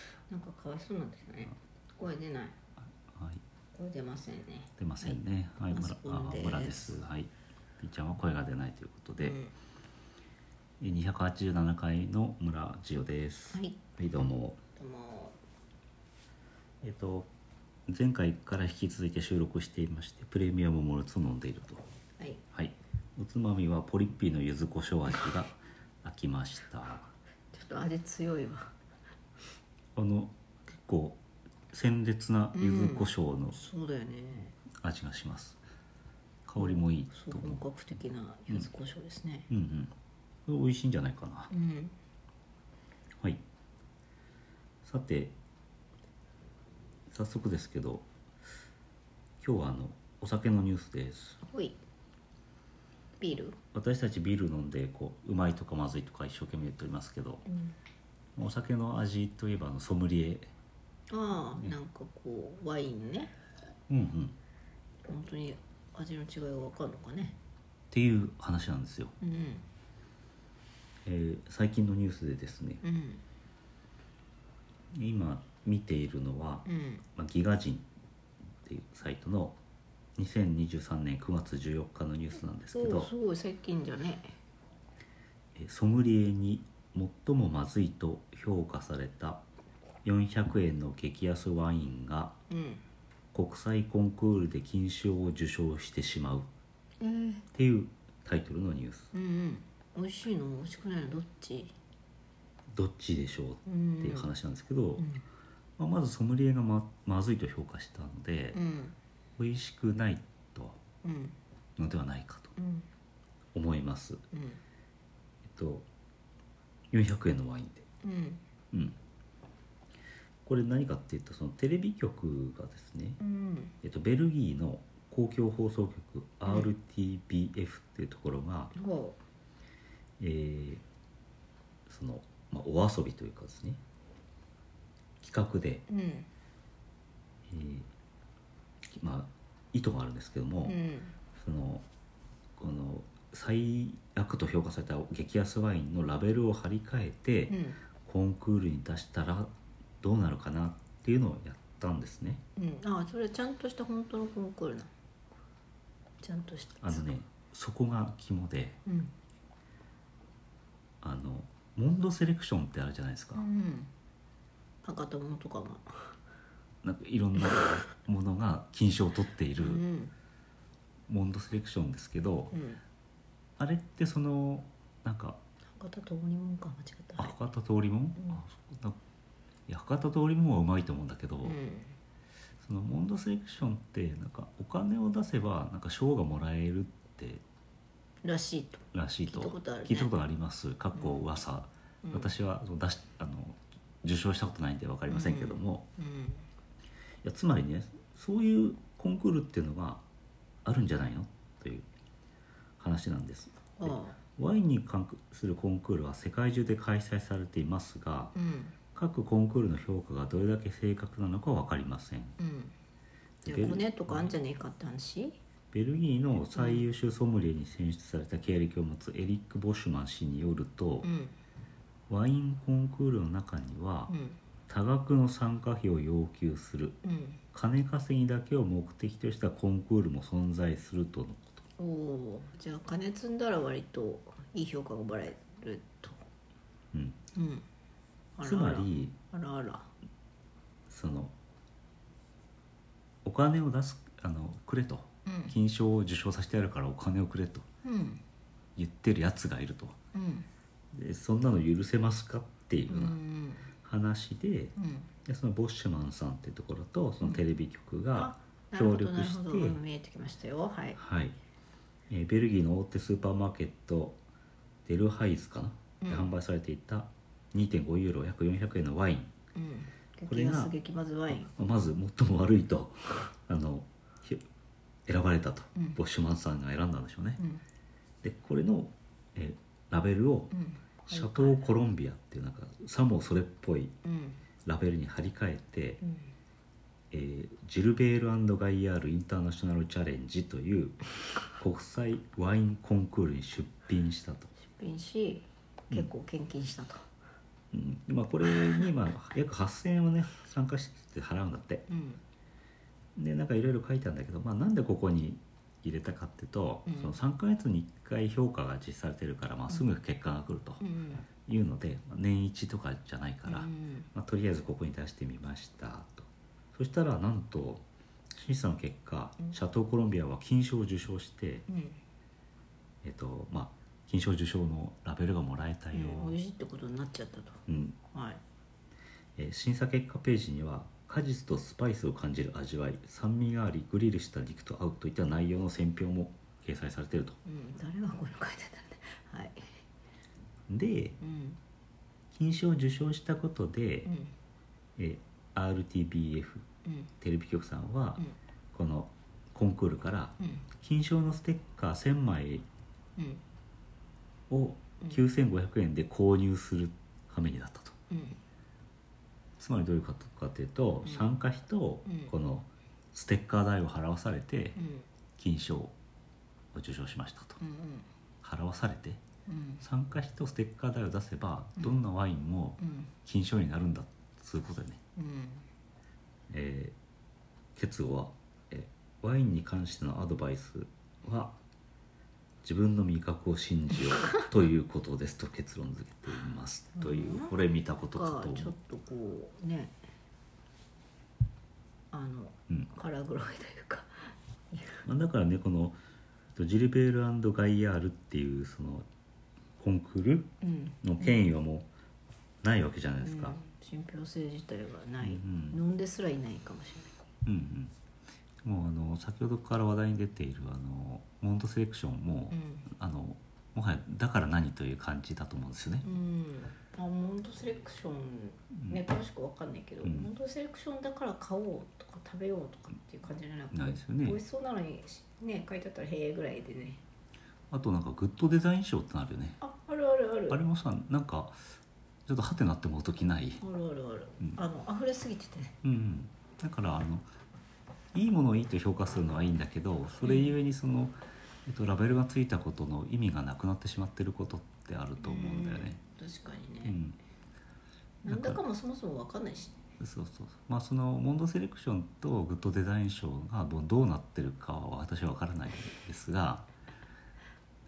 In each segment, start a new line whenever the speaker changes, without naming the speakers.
あそうなんですね声出ない
はい
声出ませんね
出ませんねはい
マ
村
ス
あ
コンです
ー村ですはいピーちゃんは声が出ないということで、
うん
え287回の村千代です
はい
どうも
でも
えっと前回から引き続いて収録していましてプレミアムモルツを飲んでいると
はい
はいおつまみはポリッピーの柚子胡椒味が飽き ましたあ
ちょっと味強いわ
の結構鮮烈な柚子胡椒の
そうだよね
味がします、香りもいい
そう
と思う
本格的な柚子胡椒ですね
うんうんこれ美味しいんじゃないかな
うん
はいさて早速ですけど今日はあのお酒のニュースです
ほいビール
私たちビール飲んでこううまいとかまずいとか一生懸命言っておりますけど
うん
お酒の味といえばあのソムリエ
ああなんかこうワインね
うんうんっ
本当に味の違いが分かるのかね
ていう話なんですよ、
うん
えー最近のニュースでですね
うん
今見ているのは
う、ん
まあ、ギガ人っていうサイトの2023年9月14日のニュースなんです
そ
けど
うすごい最近じゃね
えーソムリエに最もまずいと評価された400円の激安ワインが
うん
国際コンクールで金賞を受賞してしまうっ
えー、
ていうタイトルのニュース
うんうん美味しいの美味しくないのどっち
どっちでしょう
うん
っていう話なんですけど、
うん
まあ、まずソムリエがままずいと評価したので
う、ん
美味しくないと
うん
のではないかと
うん
思いますえ
うん
っと400円のワインで
うん
うんこれ何かっていうとそのテレビ局がですね、
うん
えっと、ベルギーの公共放送局 RTBF っていうところが、
ほ
えーその、まあ、お遊びというかですね企画で、
ううん
えーまあ、意図があるんですけど
う
も、
ん
そのこの最悪と評価された激安ワインのラベルを貼り替えて、
うん
コンクールに出したらどうなるかなっていうのをやったんですね。
うんああそれちゃんとした本当のコンクールなちゃんとした
あのねそこが肝で
うん
あのモンドセレクションってあるじゃないですか、
うん博多物とかも
なんかいろんなものが金賞を取っていうる
ん
モンドセレクションですけど、
うん
あれってそのなんか
博多と鬼もんか間違った
あ
あれ
博多通りもん、
うん
あそんないや博多通りもんはうまいと思うんだけど、
うん
そのモンドセレクションってなんかお金を出せばなんか賞がもらえるって
らしいと
らしいと
聞いたことあるね
聞いたことありますかっこ
うん
噂、
うん
私はその出しあの受賞したことないんで分かりませんけども、
うん
いやつまりねそういうコンクールっていうのがあるんじゃないのという話なんです
ああ
ワインに関するコンクールは世界中で開催されていますが
うん
各コンクールの評価がどれだけ正確なのかは分かりません
うんじゃ
ベ
あ
ル
コネとかあんじゃねえかって話
ベルギーの最優秀ソムリエに選出された経歴を持つエリック・ボシュマン氏によると
う、ん
ワインコンクールの中には
うん
多額の参加費を要求する
うん
金稼ぎだけを目的としたコンクールも存在するとのこと
おおじゃあ金積んだら割といい評価がもらえると
うん、
うんあらあら
つまり
あらあら
そのお金を出すあのくれと
う
金賞を受賞させてやるからお金をくれと
んうん
言ってるやつがいると
うん
でそんなの許せますかっていう
う
ようなん話で,、
うん
でそのボッシュマンさんってところとそのテレビ局が
あ、
協力し
な
て
るほどなるほど見えてきましたよはい
はいえーベルギーの大手スーパーマーケットデルハイズかな、で
うん
販売されていた2.5ユーロ約400円のワイン
うん
これ
激
が
安激まずワイン
まず最も悪いと あのひ選ばれたと、
うん
ボッシュマンさんが選んだんでしょうね、
うん
でこれのえーラベルを
うん
シャトーコロンビアっていうなんかさもそれっぽい
うん
ラベルに貼り替えて、
うん
えージルベールガイヤール・インターナショナル・チャレンジという 国際ワインコンクールに出品したと、
出品し結構献金したと
ううんまあ、これにまあ約8,000円をね参加して払うんだって
うん
でなんかいろいろ書いたんだけど、まあ、なんでここに入れたかっていうと、
うん
その3ヶ月に1回評価が実施されてるから、まあ、すぐ結果が来ると
うん
いうので、まあ年一とかじゃないから、
うん
まあ、とりあえずここに出してみましたとそしたらなんと審査の結果、
うん
シャトーコロンビアは金賞を受賞して、
うん
えっとまあ、金賞受賞のラベルがもらえたよ、
うん美味しいってことになっちゃったと
うん
はい
えー審査結果ページには果実とスパイスを感じる味わい酸味がありグリルした肉と合うといった内容の選評も掲載されてると
うん誰がこれ書いてたんだはい
で
うん
金賞を受賞したことで
う、ん
えー RTBF
うん
テレビ局さんは、
うん
このコンクールから
うん
金賞のステッカー1000枚
うん
を9500円で購入する羽目になったと
うん
つまりどういうことかというと、
うん
参加費と
うん
このステッカー代を払わされて
うん
金賞を受賞しましたと
うん
払わされて
うん
参加費とステッカー代を出せば
うん
どんなワインも
うん
金賞になるんだつうことでね、
うん
えー、ケツオは、えーワインに関してのアドバイスは自分の味覚を信じようということですと結論付けてい ますという
うん
これ見たことか
が
と思
ちょっ
う、
とこうねあの
うん
腹黒いというか
まあ、だからねこのえっとジルベールガイヤールっていうそのコンクール
うん
の権威はもうないわけじゃないですか、
信憑性自体がない、
うん
飲んですらいないかもし
うんうん、もうあの先ほどから話題に出ているあのモントセレクションも、
れない
あのもはや「だから何?」という感じだと思うんですよね
う。ん、うん、あモントセレクションね詳しくわかんないけど、
うん
モントセレクションだから買おうとか食べようとかっていう感じじゃなくて、
ないですよね
美味しそうなのにね書いてあったら「へえ」ぐらいでね
あとなんかグッドデザイン賞ってなるよね。
ああるあるある
あれもさなんかちょっとハテナってもうときない。
あるあるある、
うん
あの溢れすぎててね
うんうん、だからあのいいものをいいと評価するのはいいんだけどそれゆえにその、えっと、ラベルがついたことの意味がなくなってしまってることってあると思うんだよね。、
うん確かに
う
ね、
ん
なんだかもそもそもわかんないしね
そうそうそうまあそのモンドセレクションとグッドデザイン賞がどうどうなってるかは私は分からないですが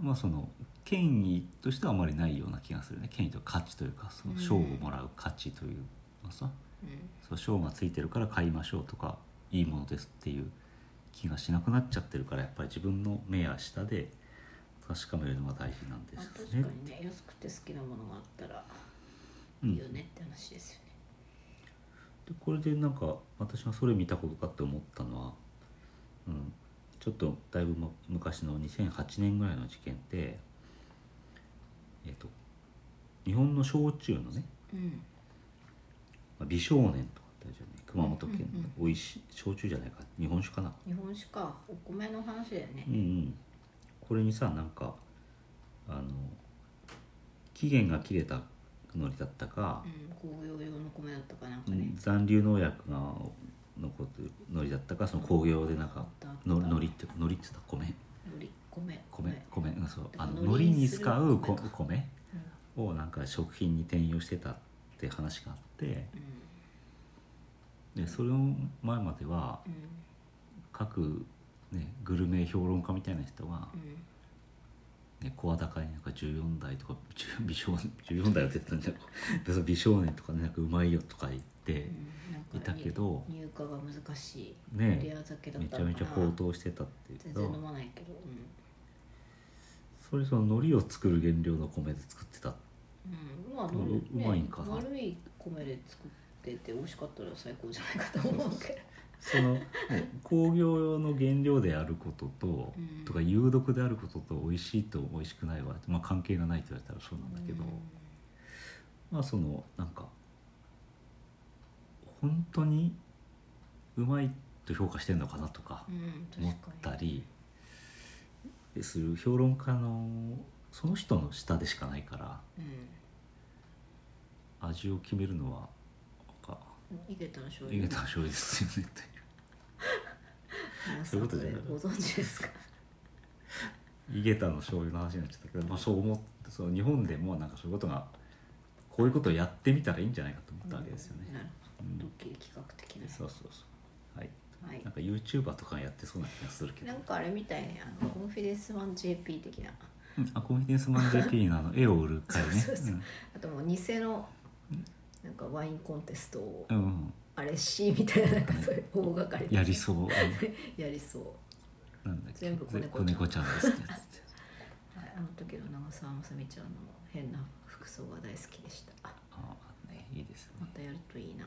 まあその権威としてはあまりないような気がするね権威というか価値というかその賞をもらう価値というのさ、
うん
そう賞がついてるから買いましょうとかいいものですっていう気がしなくなっちゃってるからやっぱり自分の目や舌で確かめるのが大事なんで
まあ
す
確
ね
か。にね安くて好きなものがあったら
う
いい
ん
よねって話ですよね、
でこれでなんか私がそれ見たことかって思ったのは、うん、ちょっとだいぶむ昔の2008年ぐらいの事件で、えっと日本の焼酎のね
うん
まあ美少年とかってあるじゃない熊本県
うんうん
の美味しい焼酎じゃないか日本酒かな、
日本酒かお米の話だよね
うんうん、これにさなんかあの期限が切れたのりだったか
う、ん工業用の米だったかなんか
う
ね
ん、残留農薬が残ってるのりだったかその工業でなんかののりってのりって言った米
のり米
米米うんそうあのの
海
り
苔
に
にする
使うこ
米か
米
うん
をなんか食品に転用してたって話があってでそれの前までは
うん
各、ね、グルメ評論家みたいな人が
うん
ね声高いなんか14代とか10美少年14代は出 てたん じゃない美少年とかねなんかうまいよとか言って
う、んなんか
いたけど
入荷が難しい
ね
レア酒だっ
め
た
ちゃ
の
め
か
ちゃ
な
高騰してたっていうけ
全
ど
然飲まないけど
それその海苔を作る原料の米で作ってたっ
うんうんまあ
う
ね
うまいんかな
悪い米で作ってて美味しかったら最高じゃないかと思うけど
その工業用の原料であることと、
うん
とか有毒であることと美味しいと美味しくないは、まあ、関係がないと言われたらそうなんだけど、まあそのなんか本当にうまいと評価してるのかなとか
うんうん
思っ
確か
たりする評論家のその人の下でしかないから
に
味を決めるのはなんか
うんいけたの醤
井
油
桁勝利ですよねという。
皆
そ
さ
うい
ん
うことじゃない
ご存知ですか
井桁の醤油の話になっちゃったけど、まあ、そう思ってそう日本でもなんかそういうことがこういうことをやってみたらいいんじゃないかと思ったわけですよね、
なるほ
うん
どドッキリ企画的な
そうそうそうはい
はい
なんか YouTuber とかやってそうな気がするけど
なんかあれみたいねあのコンフィデンスマン JP 的な
うんあコンフィデンスマン JP のあの絵を売る会ね
そうそうそうあともう偽のなんかワインコンテストを
うんうん
あれしみたいななんかそういう大掛かりな
やりそううん
やりそう
なんだっけ
全部子猫ちゃん
子ちゃんですね
はいあの時の長澤まさみちゃんの変な服装が大好きでした
ああねいいです
ま
ね
たやるといいな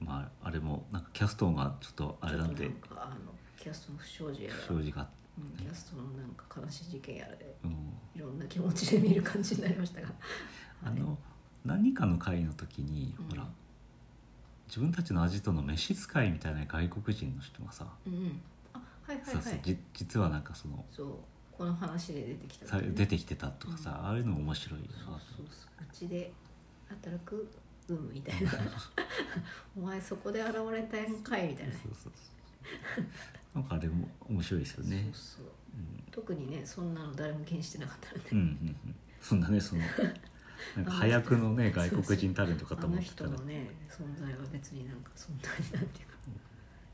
まああれもなんかキャストがちょっとあれなん
ちょ
で
っとなんかあのキャストの不祥事やら
不祥事があっ
うんキャストのなんか悲しい事件やらで
て、うん
いろんな気持ちで見る感じになりましたが
あの何かの会の時に、
うん
ほら自分たちのアジトの召使いみたいな外国人の人がさ、
うんうんあはいはい
さ
はい
じ実はなんかその、
そうこの話で出てきた
さ
時ね
出てきてたとかさ、ああいうのも面白いよなと
そう
思
そうそううちで働く運みた いなお前そこで現れたやんかいみたいな、
そうそうそうなんかあれも面白いですよね
そうそう
うん
特にねそんなの誰も気にしてなかったので、
うんうんうんそんなねそのなんか早くのね外国人タレントかと
あ
思
の
ってた
人
ら
のね存在は別になんかそんなになんていうか、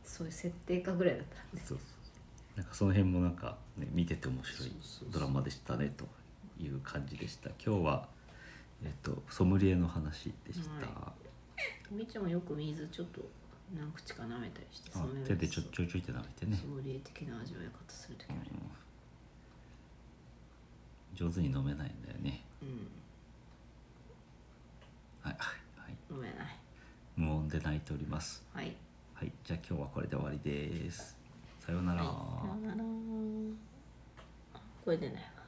そういう設定かぐらいだったんで
そうそうなんかその辺もなんか、ね、見てて面白
そ
い
うそうそう
ドラマでしたねという感じでした今日は、えっと、ソムリエの話でした、
はみーちゃんもよく水ちょっと何口か舐めたりして
あ
その
手でちょちょいちょいって舐めてね、
ソムリエ的な味わい方する時あ
う
る
ん、上手に飲めないんだよね
う
はい、はい、
ん飲めない
無音で泣いております
はい
はいじゃあ今日はこれで終わりですさようなら、
はいさようならこれでね